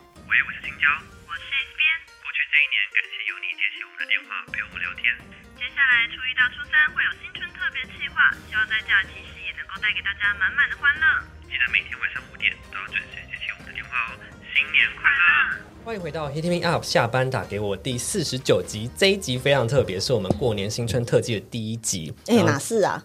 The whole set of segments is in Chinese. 瑶，我是边。过去这一年，感谢有你接起我们的电话，陪我们聊天。接下来初一到初三会有新春特别企划，希望在假期时也能够带给大家满满的欢乐。记得每天晚上五点都要准时接起我们的电话哦。新年快快乐！乐！欢迎回到 Hit Me Up 下班打给我第四十九集，这一集非常特别，是我们过年新春特辑的第一集。哎、然后哪是啊？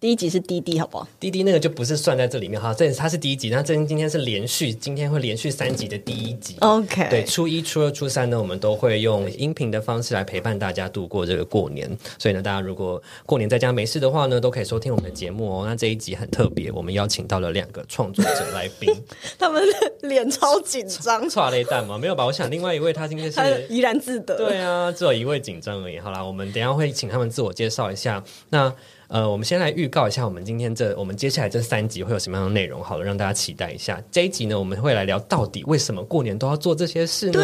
第一集是滴滴，好不好？滴滴那个就不是算在这里面哈，这它是第一集，那这今天是连续，今天会连续三集的第一集。 OK 对，初一、初二、初三呢，我们都会用音频的方式来陪伴大家度过这个过年。所以呢，大家如果过年在家没事的话呢，都可以收听我们的节目哦。那这一集很特别，我们邀请到了两个创作者来宾， 他们的脸超紧张，错了一蛋吗？没有吧？我想另外一位他今天是他怡然自得。对啊，只有一位紧张而已。好啦，我们等一下会请他们自我介绍一下。那呃，我们先来预告一下，我们今天这我们接下来这三集会有什么样的内容？好了，让大家期待一下。这一集呢，我们会来聊到底为什么过年都要做这些事呢？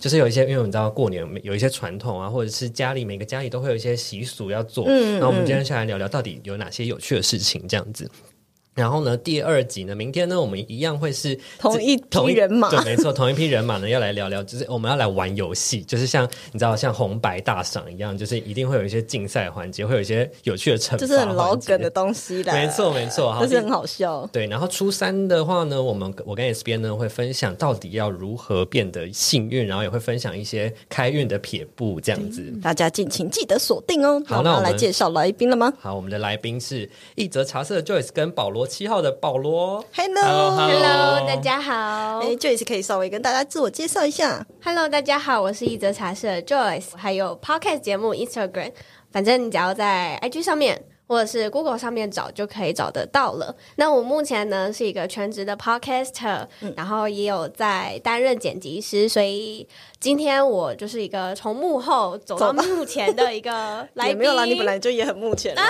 就是有一些，因为我们知道过年有一些传统啊，或者是家里每个家里都会有一些习俗要做。嗯，那我们今天下来聊聊到底有哪些有趣的事情，这样子。然后呢，第二集呢，明天呢，我们一样会是 同一批同人马对，没错，同一批人马呢要来聊聊，就是我们要来玩游戏，就是像你知道，像红白大赏一样，就是一定会有一些竞赛环节，会有一些有趣的惩罚，就是很老梗的，东西啦。没错，没错，但是第很好笑。对，然后初三的话呢，我们我跟 S 边呢会分享到底要如何变得幸运，然后也会分享一些开运的撇步这样子。大家敬请记得锁定哦。嗯好那那我我们要们来介绍来宾了吗好，我们的来宾是一泽茶社 Joyce 跟保罗七号的保罗。 ？Hello， Hello，大家好。哎，Joyce 可以稍微跟大家自我介绍一下。 Hello，大家好，我是一则茶社的 Joyce，还有 Podcast 节目 Instagram，反正你只要在 IG 上面或者是 Google 上面找就可以找得到了。那我目前呢是一个全职的 Podcaster，、然嗯后也有在担任剪辑师，所以今天我就是一个从幕后走到走到幕前的一 个来也宾。啊没有啦，你本来就也很目前啦。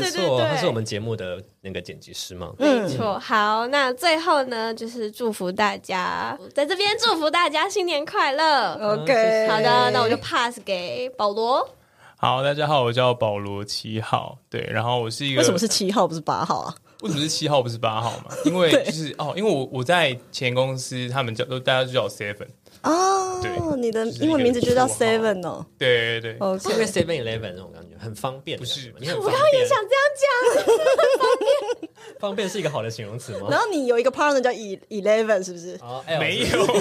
没对对错，对啊他是我们节目的那个剪辑师嘛。嗯没错，好，那最后呢，就是祝福大家，在这边祝福大家新年快乐。 OK，好的，那我就 pass 给保罗。好，大家好，我叫保罗七号，对，然后我是一个为什么是七号不是八号啊？为什么是七号不是八 号嘛？因为就是哦，因为我我在前公司，他们叫都大家就叫我 seven，哦，对你的就是英文名字就叫一个绰号 Seven 哦。对对对，是因为 OK， Seven Eleven 那种感觉很方便的不感觉是吗，你很我方刚刚也便，想这样讲，方便是一个好的形容词然吗？后你有一个 partner 叫 E Eleven 是不是哦，没有，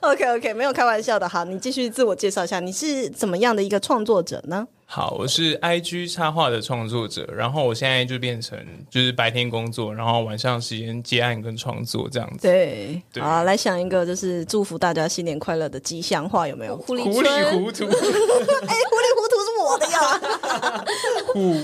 ？OK OK，没有开玩笑的。好，你继续自我介绍一下，你是怎么样的一个创作者呢？好，我是 IG 插画的创作者，然后我现在就变成就是白天工作，然后晚上时间接案跟创作这样子。对，对好啊，来想一个就是祝福大家新年快乐的吉祥话，有没 有？狐狸糊里村糊涂， 哎，糊里糊涂是我的呀。糊，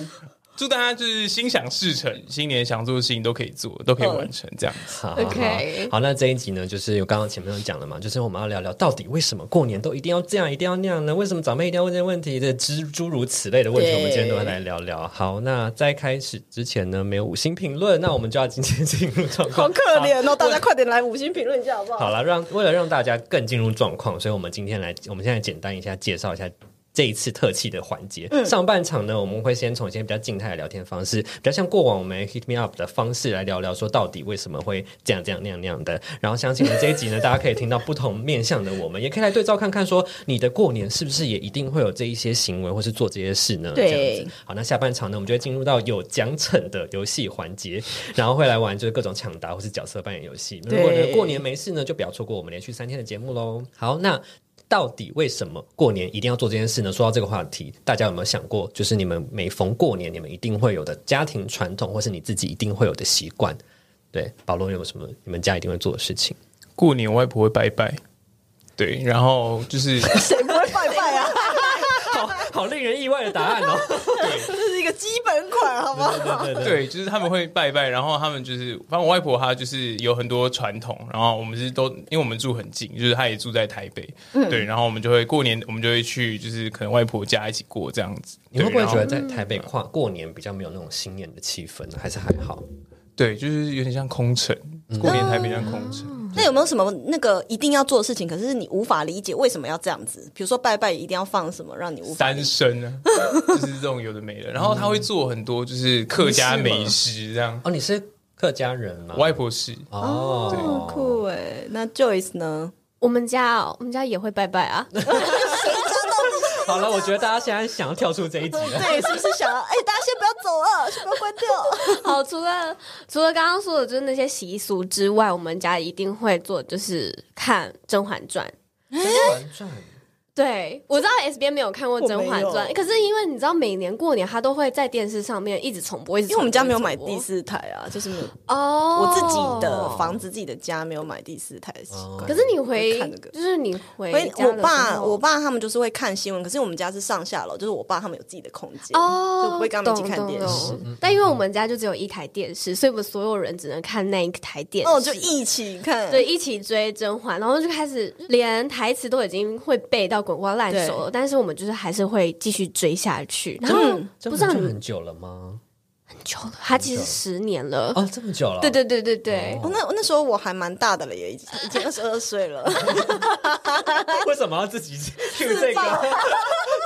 祝大家就是心想事成，新年想做的事情都可以做，都可以完成这样子。好 OK 好好，那这一集呢，就是有刚刚前面有讲了嘛，就是我们要聊聊到底为什么过年都一定要这样，一定要那样呢？为什么长辈一定要问这些问题的诸诸如此类的问题，对我们今天都会来聊聊。好，那在开始之前呢，没有五星评论，那我们就要今天进入状况。好可怜哦，大家快点来五星评论一下好不好？好了，让为了让大家更进入状况，所以我们今天来，我们现在简单一下介绍一下。这一次特辑的环节，嗯上半场呢，我们会先从一些比较静态的聊天方式，比较像过往我们 Hit Me Up 的方式来聊聊，说到底为什么会这样这样那样那样的。然后相信呢这一集呢，大家可以听到不同面向的我们，也可以来对照看看，说你的过年是不是也一定会有这一些行为，或是做这些事呢？对这样子好，那下半场呢，我们就会进入到有奖惩的游戏环节，然后会来玩就是各种抢答或是角色扮演游戏。如果呢对过年没事呢，就不要错过我们连续三天的节目喽。好，那。到底为什么过年一定要做这件事呢？说到这个话题，大家有没有想过，就是你们每逢过年，你们一定会有的家庭传统，或是你自己一定会有的习惯？对，保罗有没有什么你们家一定会做的事情？过年我外婆会拜拜，对，然后就是谁不会拜拜 啊？好好令人意外的答案哦！这是一个基本款，好不好？对对对对，就是他们会拜拜，然后他们就是，反正我外婆她就是有很多传统，然后我们是都，因为我们住很近，就是她也住在台北，嗯对，然后我们就会过年，我们就会去，就是可能外婆家一起过这样子。你会对不会然后觉得在台北跨过年比较没有那种新年的气氛呢？还是还好？对，就是有点像空城，嗯过年台北像空城。那有没有什么那个一定要做的事情，可是你无法理解为什么要这样子？比如说拜拜一定要放什么，让嗯你无法三生 啊，就是这种有的没的，然后她会做很多就是客家美食这样。哦，你是客家人吗我？外婆是，哦，酷哎。那欸 Joyce 呢？我们家哦，我们家也会拜拜 啊。 好了，我觉得大家现在想要跳出这一集了。 对，是不是想要？哎、大家先不要走 啊，先不要关掉。好，除了除了刚刚说的，就是那些习俗之外，我们家一定会做，就是看《甄嬛传》。甄嬛传对，我知道 S B 没有看过《甄嬛我传没》有，可是因为你知道，每年过年它都会在电视上面一直重播，一直因为我们家没有买第地四台啊，就是没有哦，我自己的房子、自己的家没有买第四台的习惯。可是你我回看那个就是你回所以家的我时爸、候我爸他们就是会看新闻，可是我们家是上下楼，就是我爸他们有自己的空间，哦，就不会跟他们一起看懂电。视懂。懂但因为我们家就只有一台电视，所以我们所有人只能看那一台电视。哦，就一起看。对，，一起追甄嬛，然后就开始连台词都已经会背到滚瓜烂熟了，但是我们就是还是会继续追下去。然后这不不知是道你很久了吗？久了，它其实十年了。哦，这么久了。对对对对对，哦、那那时候我还蛮大的了，也已经已经二十二岁 了。为什么要自己 Q 这个？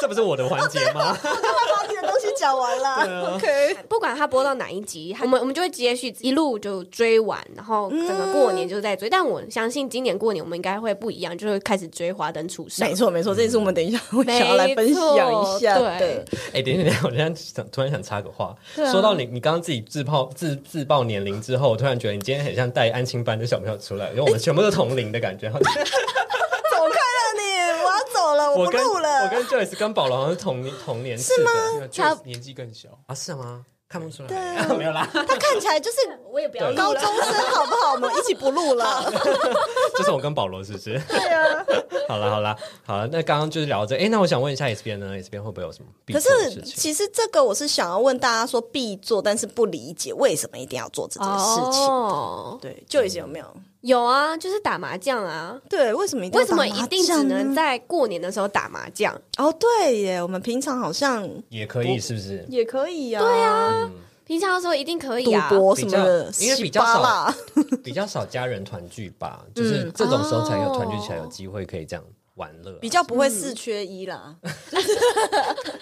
这不是我的环节吗？ 把你的东西讲完了、o k 不管它播到哪一嗯集，我们我们就会接续一路就追完，然后整个过年就在追。但我相信今年过年我们应该会不一样，就会开始追《华灯初上没》。错没错，这也是我们等一下会没想要来分享一下错的对。哎、等一下，等一下，我突然想，突然想插个话。对啊说到你，你刚刚自己自曝自自曝年龄之后，我突然觉得你今天很像带安亲班的小朋友出来，因为我们全部都同龄的感觉。走开了你，我要走了，我不跟录了。我跟 Joyce 跟宝龙好像是同同年是吗？他啊年纪更小，啊，是吗？看不出来，对没有啦，他看起来就是我也不要对高中生，好不好？我们一起不录了。 就是我跟保罗是不是？ 对啊。 好了，好了，好了，那刚刚就是聊着，哎、那我想问一下 S 边呢？S 边会不会有什么必可做的事是，情？其实这个我是想要问大家说必做，但是不理解为什么一定要做这件事情。哦，对，就以前有没有？有啊，就是打麻将啊。对，为什么一定为要什打麻么将呢一定只能？在过年的时候打麻将？哦，对耶，我们平常好像也可以，是不是？也可以呀、对啊，平常的时候一定可以赌啊。博什么的，比较因为比较少稀巴烂比较少家人团聚 吧，就是这种时候才有团聚起来有机会可以这样玩乐啊、嗯比较不会四缺一啦。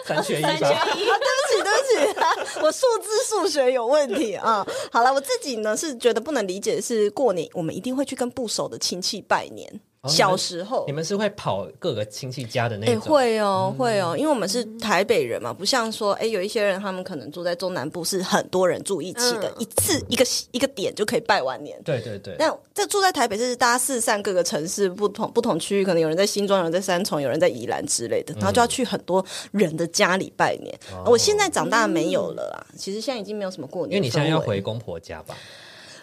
三缺一吧。啊，对不起，对不起，我 数字数学有问题啊。好了，我自己呢是觉得不能理解，是过年我们一定会去跟不熟的亲戚拜年。哦你们小时候你，们是会跑各个亲戚家的那哎、种？嗯会哦，会哦，因为我们是台北人嘛，不像说，哎、有一些人他们可能住在中南部，是很多人住一起的，嗯一次一个一个点就可以拜完年。对对对，但这住在台北是大家四散各个城市，不同不同区域，可能有人在新庄，有人在三重，有人在宜兰之类嗯的，然后就要去很多人的家里拜年。哦啊我现在长大没有了啦，其实现在已经没有什么过年，因为哎你现在要。回公婆家吧？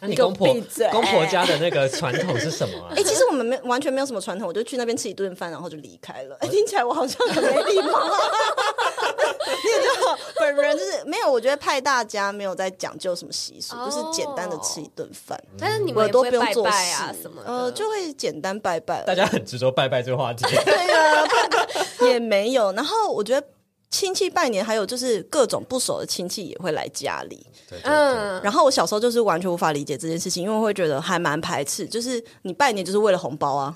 那你公你婆给我闭嘴公婆家的那个传统是什么啊 哎、？其实我们没完全没有什么传统，我就去那边吃一顿饭，然后就离开了。哎、听起来我好像很没礼貌。 你也知道，本人就是没有，我觉得派大家没有在讲究什么习俗，哦就是简单的吃一顿饭，但是你们我也不都会不用拜做拜事啊什么的。呃，就会简单拜拜而已。啊大家很执着拜拜这个话题，对啊， 也没有。然后我觉得亲戚拜年，还有就是各种不熟的亲戚也会来家里。嗯，然后我小时候就是完全无法理解这件事情，因为我会觉得还蛮排斥，就是你拜年就是为了红包啊。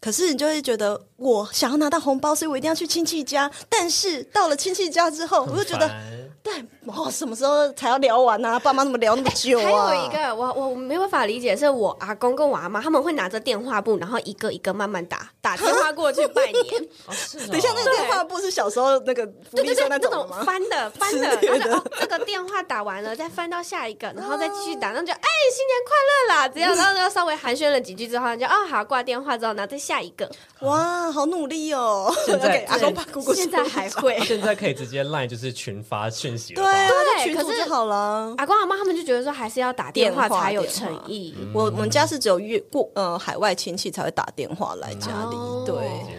可是你就会觉得我想要拿到红包，所以我一定要去亲戚家。但是到了亲戚家之后，我就觉得，很对，哦，什么时候才要聊完啊？爸妈怎么聊那么久还啊？有一个，我我我没办法理解，是我阿公跟我阿妈他们会拿着电话簿，然后一个一个慢慢打打电话过去拜 年。烦。等一下，那个电话簿是小时候那个福对利对社对，那那种的种吗？翻 的翻的，之类的然后、哦、这个电话打完了，再翻到下一 个，然后再继续打，然后就哎新年快乐啦，只要然后就稍微寒暄了几句之后，你就哦好挂电话之后，然后再下一个。哇，好努力哦！ 现在 OK，阿公爸姑姑现在还会。现在可以直接 line 就是群发讯息了对吧？啊，对就群可主是就好了。阿公阿妈他们就觉得说还是要打电话才有诚意。我我们家是只有越过呃海外亲戚才会打电话来家里，哦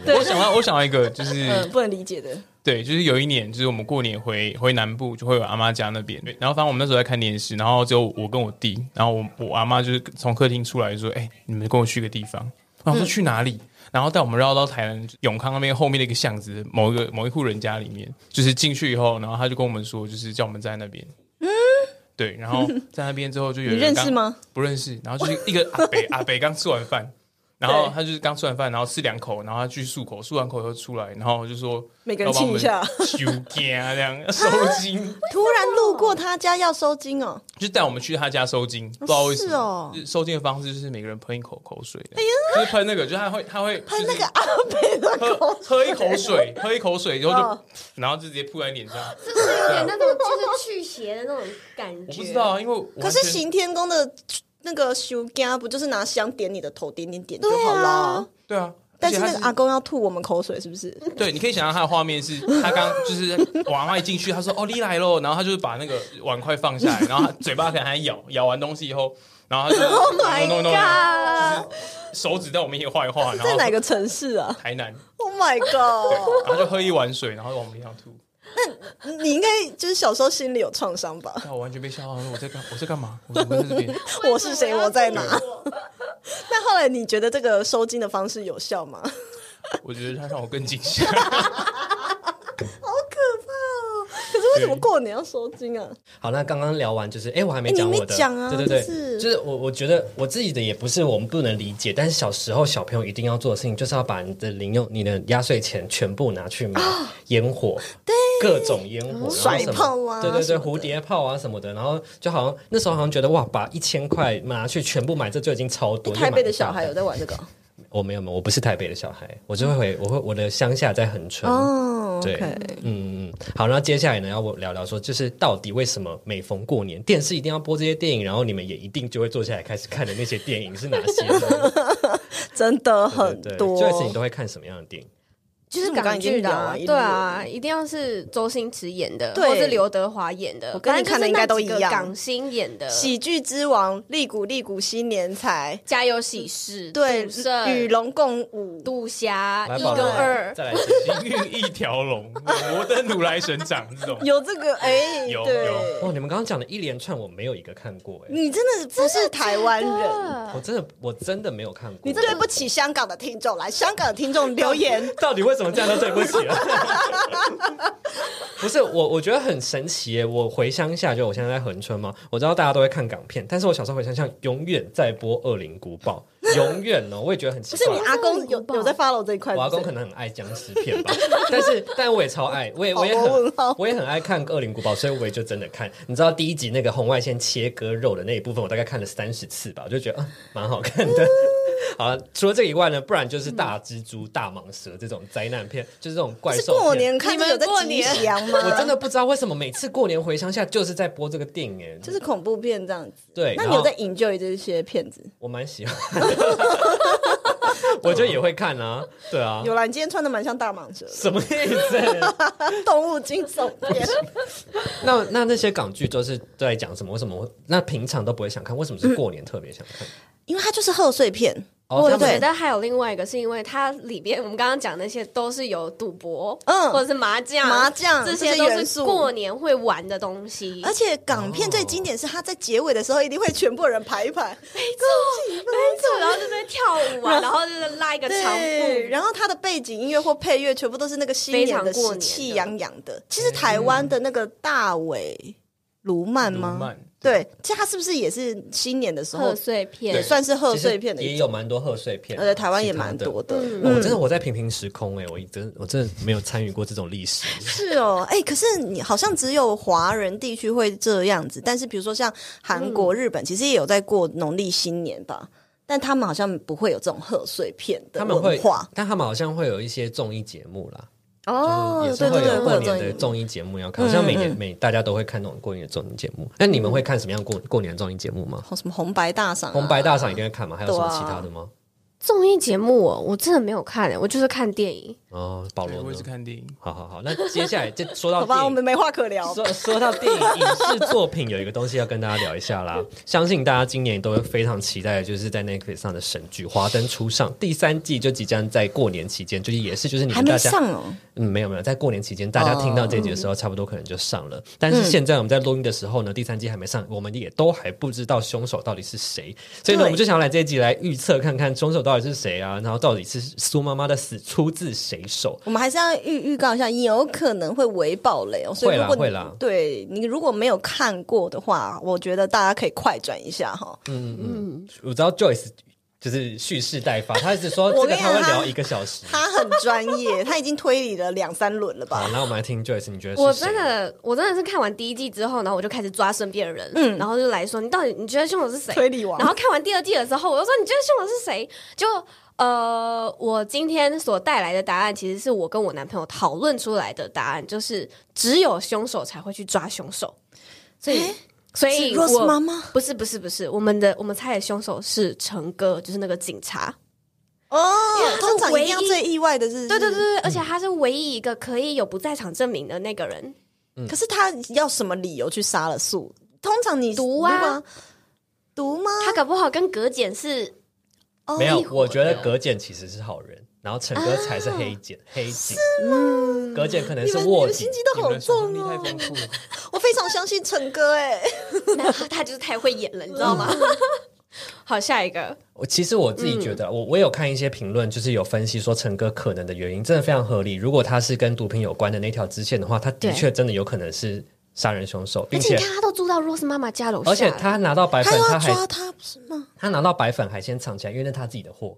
对，我想到我想到一个，就是嗯、不能理解的。对，就是有一年，就是我们过年回回南部，就会有阿妈家那边。对然后反正我们那时候在看电视，然后只有我跟我弟，然后我我阿妈就是从客厅出来就说：“哎、你们跟我去个地方。”然后我嗯说去哪里？然后带我们绕到台南永康那边后面的一个巷子，某一个某一户人家里面，就是进去以后，然后他就跟我们说，就是叫我们在那边。对，然后在那边之后就有嗯你人认刚识吗？ 不认识，然后就是一个阿北阿北刚吃完饭，然后对他就是刚吃完饭，然后吃两口，然后他去漱口，漱完口以后出来，然后就说每个人亲一下酒精啊这样收 金，突然路过他家要收金哦，就带我们去他家收金，不知道为什是哦哎么，就是收金的方式就是每个人喷一口口水，就是喷那个，就是他会他会喷就那是个阿北的喝口喝一口水，喝一口水，然后哦就然后就直接扑在脸上，这是有点那种就是去邪的那种感觉。我不知道，啊，因为我 可完是全刑天宫的那个修家不就是拿香点你的头，点点点就对啊好啦？对啊，但是而那且他个阿公要吐我们口水，是不是？对，你可以想象他的画面是，他刚就是往外进去，他说：“哦，你来喽！”然后他就是把那个碗筷放下来，然后他嘴巴可能还咬，咬完东西以后，然 后他就 Oh my no, no, no, no, god！手指在我面前画一画，然哎在后哪个城市啊台南， ？Oh my 对， god！然后就喝一碗水，然后往我们脸上吐， 你应该就是小时候心里有创伤吧？但我完全被吓到，我在干我在干嘛？我怎么会在这边？我是谁？我在哪？那后来你觉得这个收金的方式有效 吗？我觉得他让我更惊吓。好可怕哦！可是为什么过年要收金啊？好，那刚刚聊完就是，哎、我还没诶你讲没我的，讲啊对对就对，是就是我我觉得我自己的也不是我们不能理解，但是小时候小朋友一定要做的事情，就是要把你的零用、你的压岁钱全部拿去买烟火，对，各种烟火，然后哦嗯甩什么炮啊对对什对，么的蝴蝶炮啊什么的，然后就好像那时候好像觉得哇，把一千块拿去全部买，这就已经超多。台北就买一的大小孩袋有在玩这个哦我没有没有，我不是台北的小孩，我就会回我会我的乡下在恒春。哦对 OK 嗯嗯，好，那接下来呢，要我聊聊说，就是到底为什么每逢过年电视一定要播这些电影，然后你们也一定就会坐下来开始看的那些电影是哪些呢？ 真对的很对对多。这次你都会看什么样的电影？就是港剧这是的、我们刚刚已经聊对啊，啊一定要是周星驰演的，对或是刘德华演的。我跟你看的应该都一样反正就是那几个港星演的，喜剧之王，利古利古新年才家有喜事，对赌圣与龙共舞，赌侠来啊一宝跟来二，再来一次。行运一条龙，摩登如来神掌这种，有这 个哎，有对有，哦，你们刚刚讲的一连串，我没有一个看过哎、你真的不是台湾人，我人真的我真的没有看过。。你对不起香港的听众，来香港的听众留言 到底为什么这样都对不起啊？不是我，我觉得很神奇耶！我回乡下，就我现在在恒春嘛，我知道大家都会看港片，但是我小时候回乡下，永远在播《恶灵古堡》，永远哦，我也觉得很奇不是怪你。阿公有我不知有道在 follow 这一块？我阿公可能很爱僵尸片吧，但是但我也超爱，我也我也好多问很号我也很爱看《恶灵古堡》，所以我也就真的看。你知道第一集那个红外线切割肉的那一部分，我大概看了三十次吧，我就觉得啊蛮、好看的。 好了，除了这以外呢，不然就是大蜘蛛、大蟒蛇这种灾难片，就是这种怪是兽片。过年看你的们有在过吉年祥吗？我真的不知道为什么每次过年回乡下就是在播这个电影，哎，就是恐怖片这样子。对。那然你后有在 enjoy 这些片子？我蛮喜欢的， 我就也会看啊，对啊，有啦，你今天穿的蛮像大蟒蛇的，什么意思？ 动物惊悚片。那那那些港剧都是在讲什么？为什么会那平常都不会想看？为什么是过年特别想看？ 因为它就是贺岁片，哦我他们觉得还有另外一个，是因为它里边我们刚刚讲那些都是有赌博，嗯或者是麻将、麻将这这些些都元是素啊过年会玩的东西。而且港片最经典是它在结尾的时候一定会全部人排一 排，没错，然后就在跳舞啊，然后就是拉一个长对，步，然后它的背景音乐或配乐全部都是那个新年非常过喜年的气洋洋的。其实嗯台湾的那个大伟卢曼卢吗？曼对，其实他是不是也是新年的时候贺岁也片。算是贺其实岁片的也一有种？蛮多贺岁片，啊而且呃台湾也其他蛮多的。的，嗯我、真的我在平行时空哎、我一真我真的没有参与过这种历史。是哦，哎、可是你好像只有华人地区会这样子，但是比如说像韩国、日本，其实也有在过农历新年吧，但他们好像不会有这种贺岁片 的他们会文化，但他们好像会有一些综艺节目啦，哦就是也是对对会对，有会过有年这的种综艺节目要看，好像每嗯年嗯每大家都会看那种过年的综艺节目。那你们会看什么样过过年的综艺节目吗？好什么红白大赏、啊，红白大赏一定会看吗？还有什么对啊其他的吗？综艺节目哦，我真的没有看，我就是看电影。啊哦，保对罗我也是呢？看电影，好好好，那接下来就说到好吧，电我影们没话可聊。说说到电影影视作品，有一个东西要跟大家聊一下啦。 相信大家今年都非常期待，就是在 Netflix 上的神剧《华灯初上》第三季，就即将在过年期间，就是也是就是你还们大没家上哦，嗯，没有没有，在过年期间，大家听到这集的时候，差不多可能就上了。但是现在我们在录音的时候呢，第三季还没上，我们也都还不知道凶手到底是谁，所以呢，对我们就想要来这一集来预测看看凶手到底是谁啊，然后到底是苏妈妈的死出自谁手？我们还是要预预告一下，有可能会微爆雷哦。所会以啦如果会你啦对你如果没有看过的话，我觉得大家可以快转一下哈。我知道 Joyce 就是蓄势待发。他一直说这我个跟你他会讲聊他一个小时。他很专业，他已经推理了两三轮了好，吧？那我们来听 Joyce，你觉得是我谁啊真的，我真的是看完第一季之后，然后我就开始抓身边的人，嗯，然后就来说，你到底你觉得凶手是谁？推理王然后看完第二季的时候，我就说，你觉得凶手是谁？就呃，我今天所带来的答案，其实是我跟我男朋友讨论出来的答案，就是只有凶手才会去抓凶手，所以。所以是我， Rose 妈妈不是不是不是，我们的我们猜的凶手是陈哥，就是那个警察。哦因为他，是通常一定要唯一最意外的是，对对对。对，嗯而且他是唯一一个可以有不在场证明的那个人。嗯可是他要什么理由去杀了素？通常你毒啊如果，毒吗？他搞不好跟葛简是 哦没有一，伙我觉得的葛简其实是好人，然后陈哥才是黑警，黑警。葛简可能你是们啊你卧们底心。机都好重你哦！们的想象力太丰富了。我非常相信陈哥哎，那他就是太会演了，你知道吗？ 好，下一个，我其实我自己觉得，嗯我我有看一些评论，就是有分析说陈哥可能的原因，真的非常合理。如果他是跟毒品有关的那条支线的话，他的对确真的有可能是杀人凶手，而并且且你看他都住到 Rose 妈妈家楼下，而且他拿到白粉他，又他要还抓他不是吗？他拿到白粉还先藏起来，因为那是他自己的货。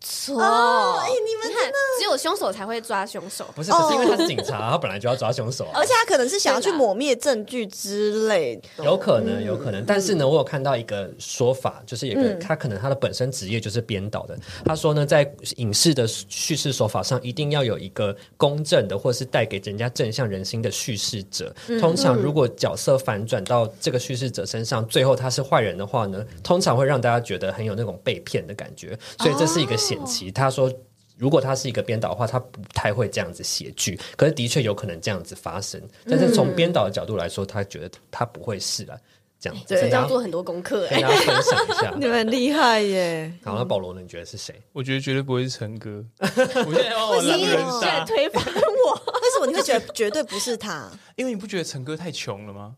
错，哦哎你们看，只有凶手才会抓凶手，不是，可是因为他是警 察，他本来就要抓凶手啊、哦而且他可能是想要去抹灭证据之类的。有可嗯能，有可能。但是呢，我有看到一个说法，就是有一个他可能他的本身职业就是编导的。他说呢，在影视的叙事手法上，一定要有一个公正的，或是带给人家正向人心的叙事者。嗯通常，如果角色反转到这个叙事者身上，最后他是坏人的话呢，通常会让大家觉得很有那种被骗的感觉。所以这哦是一个险棋。他说。如果他是一个编导的话，他不太会这样子写剧，可是的确有可能这样子发生。但是从编导的角度来说，他觉得他不会是啊，这样子对这跟大要家做很多功课、跟哎，大家分享一下。们很厉害 耶！好，那保罗呢，你觉得是谁？我觉得绝对不会是陈哥，我现在要往你狼一人直在杀，推 翻我，为什么你会觉得绝对不是他？因为你不觉得陈哥太穷了吗？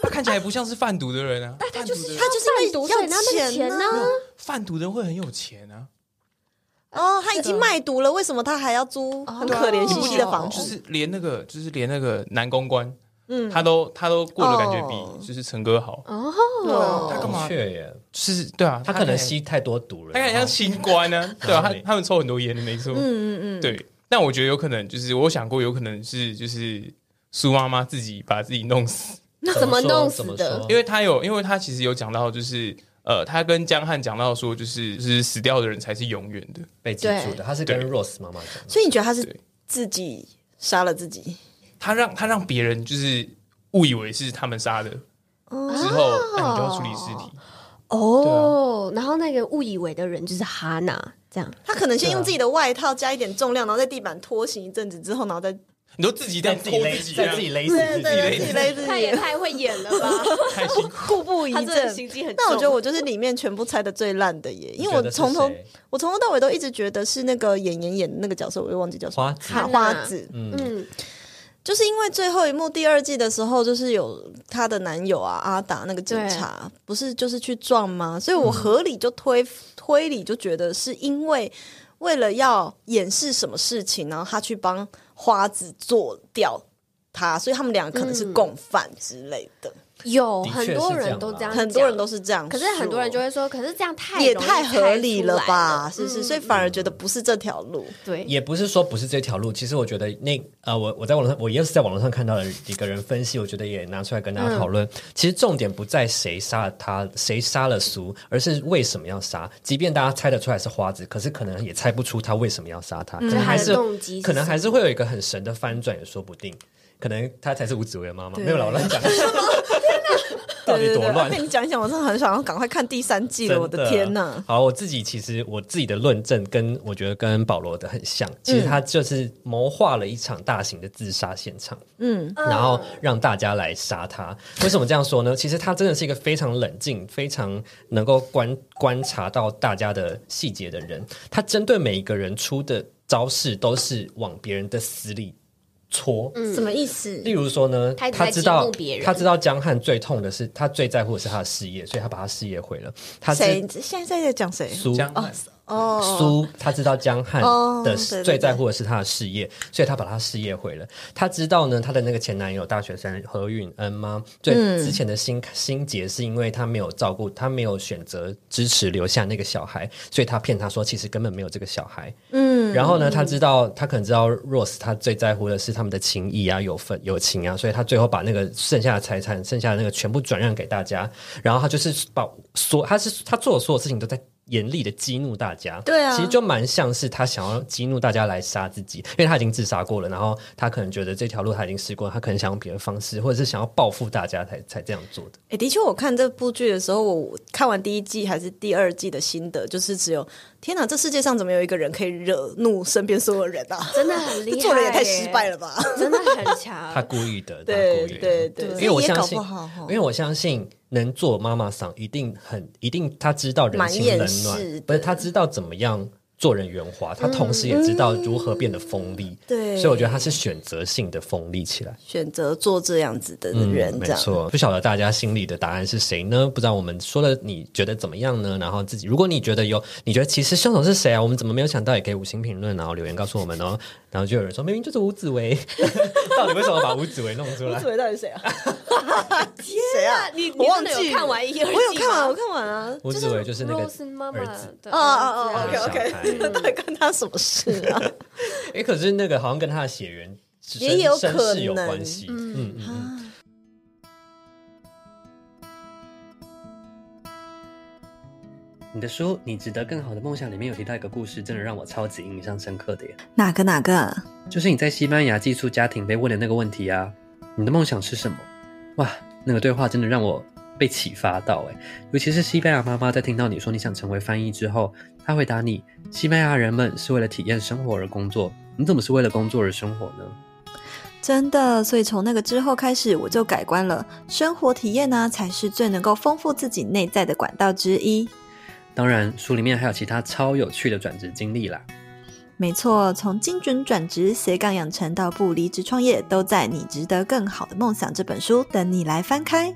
他看起来不像是贩毒的人啊，贩毒的人他就是因为所以拿那要个钱钱呢、啊贩毒的人会很有钱啊，哦，他已经卖毒了，为什么他还要租很可怜兮兮的房就子？是连那个就是连那个男公关，嗯，他都他都过得感觉哦比就是陈哥好，啊哦，他干的嘛？确耶，就是对啊，他可能看起来吸太多毒了，他很然像后清官 呢、对啊，然后他你他们抽很多烟的，没错。嗯嗯嗯，对。但我觉得有可能就是，我有想过有可能是就是苏妈妈自己把自己弄死，那怎么说弄怎死么的说？因为她有，因为她其实有讲到就是。呃，她跟江汉讲到说，就是就是死掉的人才是永远的，被记住的。他是跟 Rose 妈妈讲的，所以你觉得他是对自己杀了自己？她让她让别人就是误以为是他们杀的，之后那、你就要处理尸体。哦，然后那个误以为的人就是哈娜，这样他可能先用自己的外套加一点重量，然后在地板拖行一阵子之后，然后再你都自己这在样自拖己勒，自己这啊在样，自己勒死自己。自己勒自他也己，太会演了 吧？太辛苦。故步一他真的阵心。机很重。那我觉得我就是里面全部猜的最烂的耶，你因为觉我得是从头谁我从头到尾都一直觉得是那个演演演的那个角色，我又忘记叫什么花子哈花子，嗯，就是因为最后一幕第二季的时候，就是有她的男友啊阿达那个警察，不是就是去撞吗？所以我合理就推、推理就觉得是因为为了要掩饰什么事情，然后他去帮花子做掉他，所以他们两个可能是共犯之类的。有的确很是多这人样都这啦样讲，很多人都嗯是这样说，可是很多人就会说，可是这样太也容易太合理了吧？猜出是不来了是？嗯所以反而觉得不是这条路。对，也不是说不是这条路，其实我觉得那呃，我我在网络上，我也是在网络上看到了一个人分析，我觉得也拿出来跟大家讨嗯论。其实重点不在谁杀了他，谁杀了苏，而是为什么要杀。即便大家猜得出来是花子，可是可能也猜不出他为什么要杀他，可能还就是他的动机是可能还是会有一个很神的翻转，也说不定。可能他才是吴子薇的妈妈，没有啦，我乱 讲。到底多乱？ 被你讲一讲，我真的很想要赶快看第三哎季了。我真的天呐！！好，我自己其实我自己的论证跟我觉得跟保罗的很像，其嗯实他就是谋划了一场大型的自杀现场，嗯，然后让大家来杀他。为什么这样说呢？其实他真的是一个非常冷静、非常能够观观察到大家的细节的人。他针对每一个人出的招式都是往别人的死里戳，什么意思？例如说呢，嗯他一直他在知激道怒别人他知道江汉最痛的是他最在乎的是他的事业，所以他把他事业毁了。他知谁现在在讲谁？苏江汉哦，苏他知道江汉哦的对最对对在乎的是他的事业，所以他把他事业毁了。他知道呢，他的那个前男友大学生何允恩吗？最嗯之前的心心结是因为他没有照顾，他没有选择支持留下那个小孩，所以他骗他说其实根本没有这个小孩。嗯，然后呢，他知道他可能知道 Rose 他最在乎的是他们的情谊啊、友分友情啊，所以他最后把那个剩下的财产、剩下的那个全部转让给大家，然后他就是把所他是他做的所有事情都在。严厉的激怒大家，对啊其实就蛮像是他想要激怒大家来杀自己，因为他已经自杀过了，然后他可能觉得这条路他已经试过，他可能想用别的方式，或者是想要报复大家才才这样做的。哎、的确，我看这部剧的时候，我看完第一季还是第二季的心得，就是只有天哪，这世界上怎么有一个人可以惹怒身边所有人 啊？真的很厉害，做人也太失败，了吧？真的很强他。故意的，他啊对故意的。对对，因为我所以也相搞信嗯不好哦，因为我相信能做妈妈桑一定很一定，他知道人情冷蛮厌世的暖，不是他知道怎么样做人圆滑，他同时也知道如何变得锋利。嗯对所以我觉得他是选择性的锋利起来。嗯选择做这样子的人，没这样错，不晓得大家心里的答案是谁呢？不知道我们说了，你觉得怎么样呢？然后自己，如果你觉得有，你觉得其实凶手是谁啊？我们怎么没有想到？也可以五星评论，然后留言告诉我们哦。然后就有人说，明明就是吴子维， 到底为什么把吴子维弄出 来？伟到底是谁啊？谁啊？你你我忘真记的有看完一二季我有看完，吗我看完啊。吴子维就是那个 Rose 妈妈儿的子。儿子哦哦哦啊，OK 小孩 OK，到底 关他什么事啊？哎，可是那个好像跟他的血缘是也有身可世有能关系。嗯嗯嗯。你的书《你值得更好的梦想》里面有提到一个故事，真的让我超级印象深刻的耶， 哪个哪个？就是你在西班牙寄宿家庭被问的那个问题啊，你的梦想是什么？哇，那个对话真的让我被启发到哎，尤其是西班牙妈妈在听到你说你想成为翻译之后，她回答你：西班牙人们是为了体验生活而工作，你怎么是为了工作而生活呢？真的，所以从那个之后开始，我就改 观了。生活体验呢、才是最能够丰富自己内在的管道之一。当然，书里面还有其他超有趣的转职经历啦。没错，从精准转职、斜杠养成到不离职创业，都在《你值得更好的梦想》这本书等你来翻开。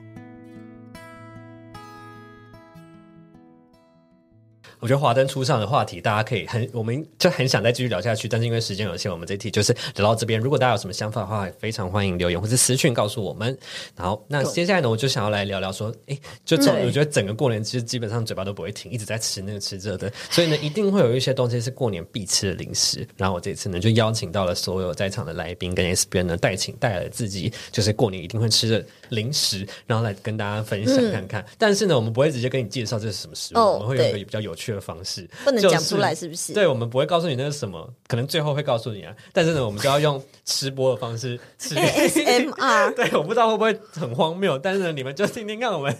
我觉得华灯初上的话题，大家可以很，我们就很想再继续聊下去，但是因为时间有限，我们这一题就是聊到这边。如果大家有什么想法的话，也非常欢迎留言或是私讯告诉我们。好，那接下来呢，我就想要来聊聊说，诶，就从对我觉得整个过年其实基本上嘴巴都不会停，一直在吃那个吃这的，所以呢，一定会有一些东西是过年必吃的零食。然后我这次呢，就邀请到了所有在场的来宾跟 S 边呢，带请带来了自己就是过年一定会吃的零食，然后来跟大家分享看看。但是呢，我们不会直接跟你介绍这是什么食物，哦我们会有一个对比较有趣的方式，不能就是讲出来是不是对，我们不会告诉你那是什么，可能最后会告诉你啊。但是呢，我们就要用吃播的方式 吃。 ASMR 对，我不知道会不会很荒谬，但是呢，你们就听听看我 们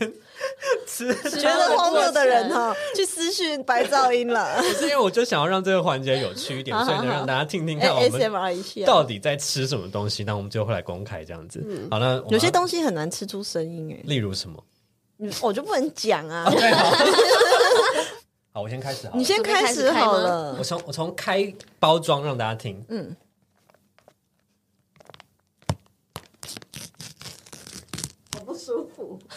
吃。觉得荒谬的人哦哈， 去私讯白噪音了。不是因为我就想要让这个环节有趣一点，所以呢，让大家听听看我们 ASMR 一下，到底在吃什么东西。那我们就会来公开这样子。好，那我们嗯有些东西很难吃出声音哎例如什 么？，哦嗯我就不能讲啊。 好，我先开始好了。你先开始好了我，从我从开包装让大家听。嗯，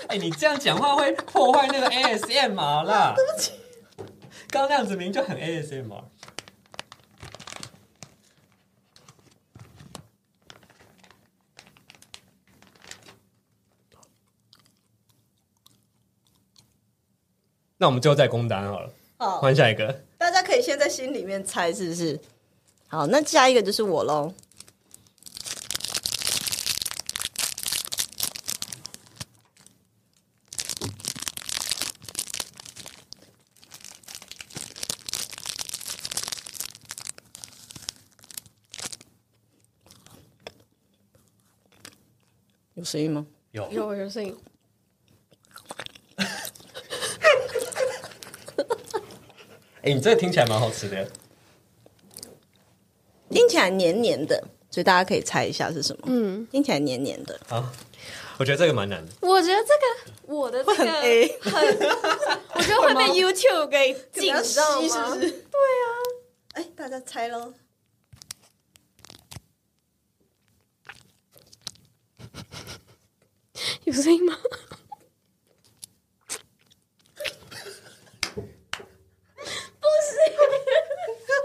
哎、你这样讲话会破坏那个 ASMR 啦。对不起，刚刚那样子明明就很 ASMR。那我们最后再公单好了，好，换下一个。大家可以先在心里面猜是不是？好，那下一个就是我喽。有声音吗？有有有声音，哎、你这个听起来蛮好吃的。听起来黏黏的，所以大家可以猜一下是什么。嗯，听起来黏黏的，好，我觉得这个蛮难的。我觉得这个我的这个很 A 很我觉得会被 YouTube 给禁，你知道吸吗？是不是？对啊，哎，大家猜喽。有声音吗？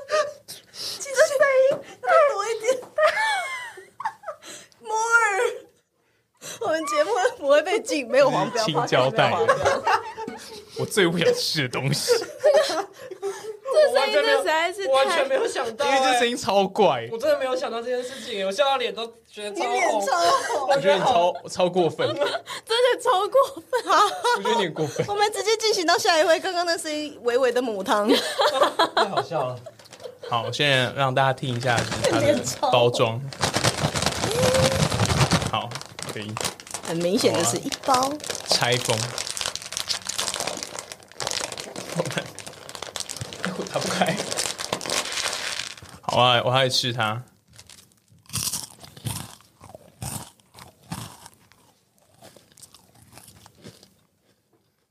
不们节目不会被禁，没有黄标，就是青胶带 podcast 没有黄标我最不想吃的东西，我这真的实在是我完太全没有想到、因为这声音，音超怪，我真的没有想到这件事情，我笑到脸都觉得你超脸红。超红，我觉得你超超过分， 我真的超过分。觉得你很过分。我们直接进行到下一位。刚刚那是一微微的母汤， 太好笑了。好，我现在让大家听一下就是它的包装。好，可以很明显就是一包。拆封。好难，哎 我打不开。好啊，我还得吃它。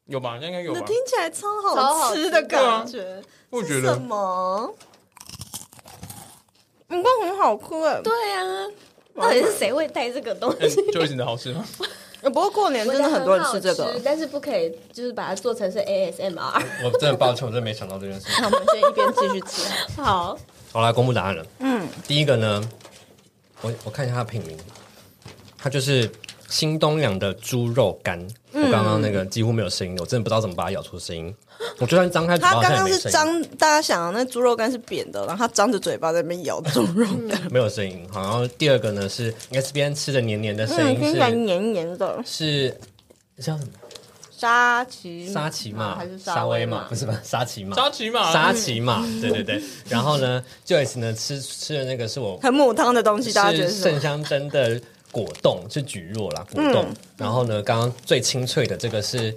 有吧？应该有那吧？听起来超好啊吃的感觉，我觉是得什么？你光很好哭哎、对啊，到底是谁会带这个东嗯西？ 就你的好吃吗？不过过年真的很多人吃这我觉得很好吃个。但是不可以就是把它做成是 ASMR。我真的抱歉，我真的没想到这件事情。那我们先一边继续吃。好，好来公布答案了。嗯，第一个呢，我我看一下它的品名，它就是新东阳的猪肉干。我刚刚那嗯个几乎没有声音，我真的不知道怎么把它咬出声音。我就算张开嘴巴，他好刚像也刚没是声音，张，大家想啊那猪肉干是扁的，然后他张着嘴巴在那边咬猪肉干，没有声音。好，然后第二个呢是 S B N 吃的黏黏的声嗯，音听起来是黏黏的。是叫什么？沙琪沙琪玛还是沙沙威威玛？玛不是吧？沙琪玛，沙琪玛沙琪玛，对对 对。然后呢，Joyce 呢吃吃的那个是我很母汤的东西，大家觉是得是什圣么？香珍的果冻，是蒟蒻啦，果嗯冻。然后呢，刚刚最清脆的这个是。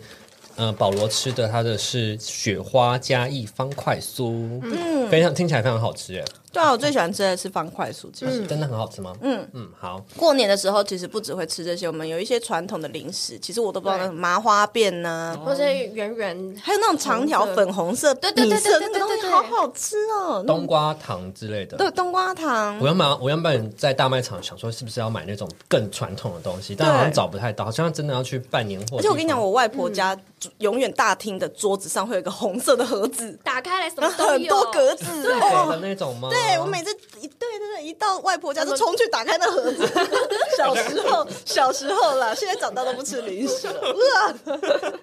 呃，保罗吃的它的是雪花加一方块酥，嗯，非常听起来非常好吃耶，对啊，我最喜欢吃的是方块酥。其实、真的很好吃吗？嗯嗯，好，过年的时候，其实不只会吃这些，我们有一些传统的零食，其实我都不知道那对种麻花辫呐、或是圆圆还有那种长条红色粉红色、对对对对色对那对个东西，对好好吃哦。冬瓜糖之类的，对冬瓜糖我，原本我原本在大卖场想说是不是要买那种更传统的东西，但好像对找不太到，好像真的要去办年货。而且我跟你讲，我外婆家嗯永远大厅的桌子上会有一个红色的盒嗯子，打开来什然么后都 很有，多格子是哦的那种吗？对，我每次一对对对，一到外婆家就冲去打开那 盒子。小时候，小时候啦，现在长大都不吃 零食了。哇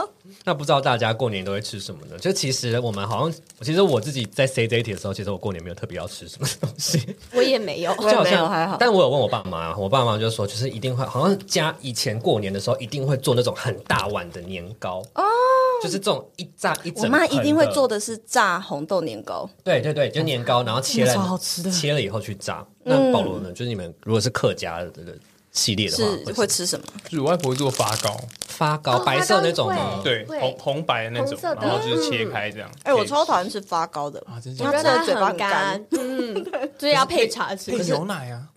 好，那不知道大家过年都会吃什么呢？就其实我们好像，其实我自己在 C J T 的时候，其实我过年没有特别要吃什么东西，我也没有。我也就好没有像还好但我有问我爸妈，我爸妈就说，就是一定会，好像家以前过年的时候一定会做那种很大碗的年糕哦，就是这种一炸一整，我妈一定会做，的是炸红豆年糕，对对对，就年糕，然后切了，超好吃的嗯切了以后去炸。那保罗呢？就是你们如果是客家的这个系列的话，是会吃什么？就是我外婆做发糕，发糕，哦白色那种吗发糕？对，对红红白的那种红色，的然后就是切开这样。哎，我超抽讨厌吃发糕的，啊，真我觉得的假的它嘴巴很干干，嗯，就是要配茶吃 配。牛奶啊，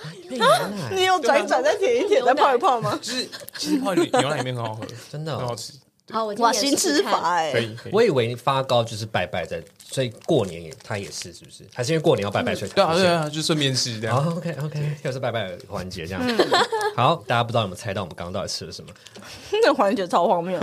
配牛奶啊你有转一转再舔一舔啊再泡一泡吗？就是其实泡牛牛奶里面很好喝，真的哦很好吃，好，我今哇，天也新试吃试看法可哎！以可以。我以为发糕就是拜拜在，所以过年也它也是，是不是？还是因为过年要拜拜，所以对才啊出对现？啊，就顺便吃这样。好，OK OK，又是拜拜的环节这样。好，大家不知道有没有猜到我们刚刚到底吃了什么？那环节超荒谬，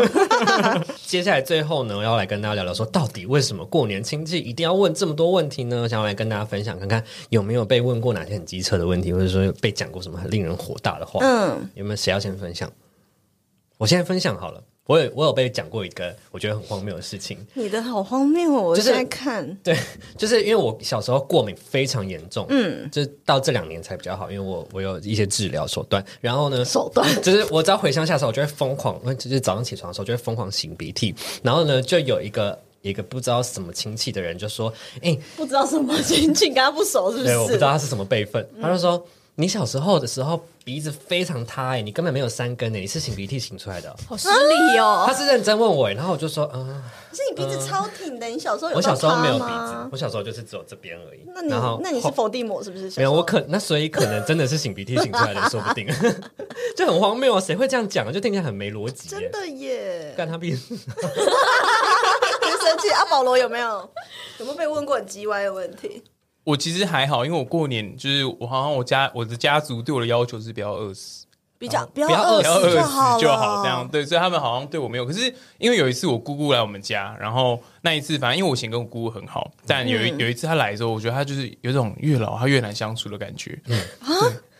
接下来最后呢，我要来跟大家聊聊说，到底为什么过年亲戚一定要问这么多问题呢？想要来跟大家分享看看有没有被问过哪些很机车的问题，或者说有被讲过什么很令人火大的话？ 嗯，有没有谁要先分享？我现在分享好了，我有我有被讲过一个我觉得很荒谬的事情，你的好荒谬哦！我就是现在看，对， 就是因为我小时候过敏非常严重，嗯，就是到这两年才比较好，因为我我有一些治疗手段，然后呢，手段就是我只要回乡下的时候，我就会疯狂，就是早上起床的时候就会疯狂擤鼻涕，然后呢，就有一个。一个不知道什么亲戚的人就说：“哎、不知道什么亲戚跟他不熟是不对，我不知是？嗯道他是什么辈分。他就说：“你小时候的时候鼻子非常塌、哎，你根本没有三根、哎，你是擤鼻涕擤出来的哦、好失礼哦。啊他是认真问我，然后我就说，嗯，可是你鼻子超挺的，你小时候有我小到时候塌没有鼻吗子，我小时候就是只有这边而已。那你然后那你是后否地魔是不是？没有，我可那所以可能真的是擤鼻涕擤出来的，说不 定就很荒谬啊！谁会这样讲啊？就听起来很没逻辑耶。真的 耶，干他屁事！很生气。阿保罗有没有有没有被问过很鸡歪的问题？我其实还好，因为我过年就是我好像我家我的家族对我的要求是不要饿死，啊比较不要饿要死 饿死不要饿死就好就了好这样。。对，所以他们好像对我没有。可是因为有一次我姑姑来我们家，然后那一次反正因为我以前跟我姑姑很好，嗯嗯但有一有一次她来的时候，我觉得她就是有一种越老她越难相处的感觉。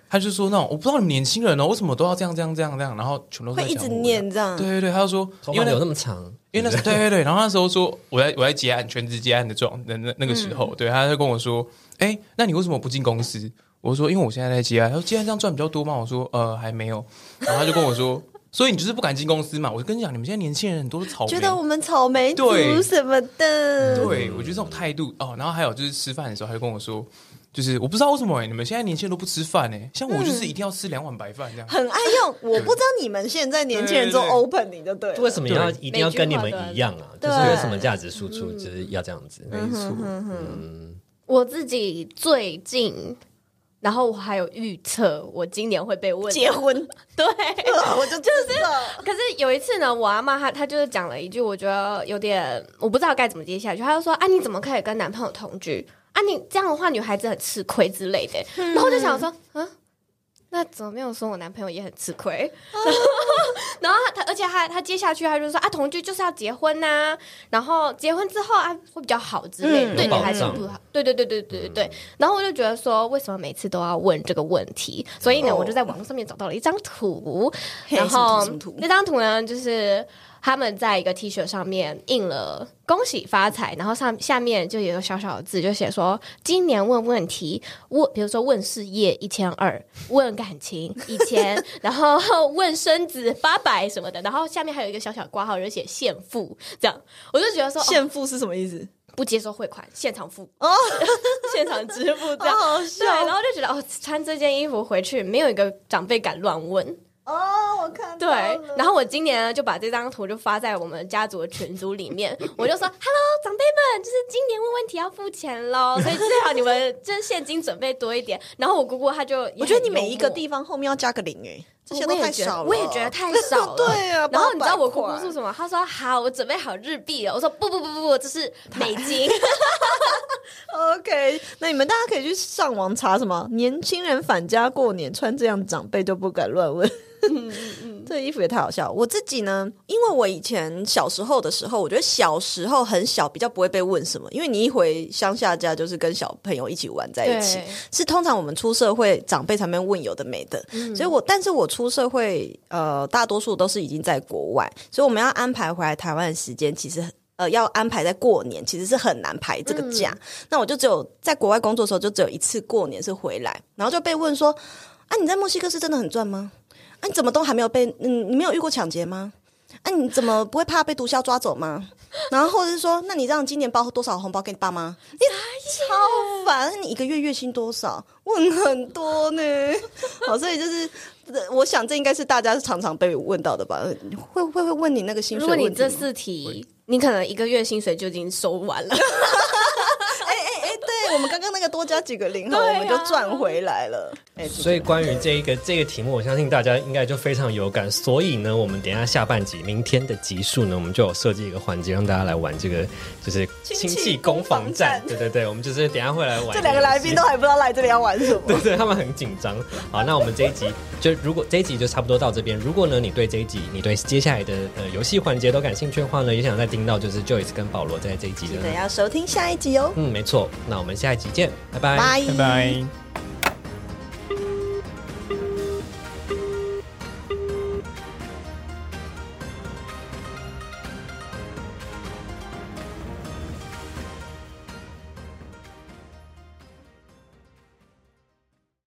他就说那种我不知道你们年轻人哦，为什么都要这样这样这样这样，然后全都在会一讲直我的念啊这样对对对，他就说头因发为留那那么长，因为那时对对对，然后那时候说我在我在接案全职接案的状那那那个时嗯候，对他就跟我说，哎，那你为什么不进公司？我说因为我现在在接案，他说接案这样赚比较多嘛，我说呃还没有，然后他就跟我说，所以你就是不敢进公司嘛，我就跟你讲，你们现在年轻人很多都草莓，觉得我们草莓对族什么的，嗯对，我觉得这种态度哦，然后还有就是吃饭的时候，他就跟我说，就是我不知道为什么哎、你们现在年轻人都不吃饭哎、像我嗯就是一定要吃两碗白饭这样。很爱 用。我不知道你们现在年轻人做对对 opening 就对了，为什么要一定要跟你们每句话都一样啊？就对嗯是有什么价值输出，就是要这样子。没错，我自己最近，然后我还有预测，我今年会 被问结婚？对。啊 我就就是了。可是有一次呢，我阿妈她她就是讲了一句，我觉得有点我不知道该怎么接下去。她就说：“啊，你怎么可以跟男朋友同居？啊，你这样的话女孩子很吃亏之 类的。然后我就想说，嗯。那怎么没有说我男朋友也很吃亏？ 然后他，而且他他接下去他就说啊，同居就是要结婚呐、然后结婚之后啊会比较好之类的，嗯对有女保孩子障不好。对对对对对对对。然后我就觉得说，为什么每次都要问这个问题？所以呢，哦我就在网络上面找到了一张图，嘿然后什么图什么图那张图呢，就是他们在一个 T 恤上面印了“恭喜发财”，然后上下面就有一个小小的字，就写说今年问问题，问比如说问事业一千二， 问感情一千， 然后问生子八百什么的，然后下面还有一个小小挂号，就写现付，这样我就觉得说、哦、现付是什么意思？不接受汇款，现场付，哦， 现场支付 好这样。哦好对，笑然后就觉得哦，穿这件衣服回去，没有一个长辈敢乱问。哦！我看对，然后我今年呢就把这张图就发在我们家族的群组里 面，我就说：“Hello，长辈们，就是今年问问题要付钱 喽，所以最好你们就是现金准备多一点。”然后我姑姑她就，我觉得你每一个地方后面要加个零哎，这些都太少了，我也觉得太 少了。对啊，然后你知道我800姑姑块说什么？她说：“好，我准备好日币了。”我说：“不不不不不，这是美 金。 OK，那你们大家可以去上网查什么？年轻人返家过年穿这样，长辈就不敢乱问。 这衣服也太好笑了。我自己呢，因为我以前小时候的时候，我觉得小时候很小，比较不会被问什么，因为你一回乡下家就是跟小朋友一起玩在一起对，是通常我们出社会长辈才能问有的没的。所以我，但是我出社会，呃，大多数都是已经在国外，所以我们要安排回来台湾的时间，其实很呃要安排在过年，其实是很难排这个假。那我就只有在国外工作的时候，就只有一次过年是回来，然后就被问说：“啊，你在墨西哥是真的很赚吗？啊，你怎么都还没有被嗯，你没有遇过抢劫吗？”啊，你怎么不会怕被毒枭抓走吗？然后或者是说，那你让今年包多少红包给你爸妈？你哎超烦，你一个月月薪多少？问很多呢。好，所以就是，呃我想这应该是大家常常被问到的吧？会会会问你那个”薪如水果问题吗？你这四题，你可能一个月薪水就已经收完了。哎对我们刚刚那个多加几个零后，对啊我们就赚回来了。哎，所以关于这一个这个题目，我相信大家应该就非常有感。所以呢，我们等一下下半集明天的集数呢，我们就有设计一个环节，让大家来玩这个就是亲戚攻防战。对对对，我们就是等一下会来玩。这两个来宾都。还不知道来这里要玩什么。 对对，他们很紧张。好，那我们这一集就如果这一集就差不多到这边。如果呢，你对这一集，你对接下来的呃游戏环节都感兴趣的话呢，也想再听到就是 Joyce 跟保罗在这一集的记。得要收听下一集哦，嗯，没错。那我们下一集见，拜拜。拜拜拜。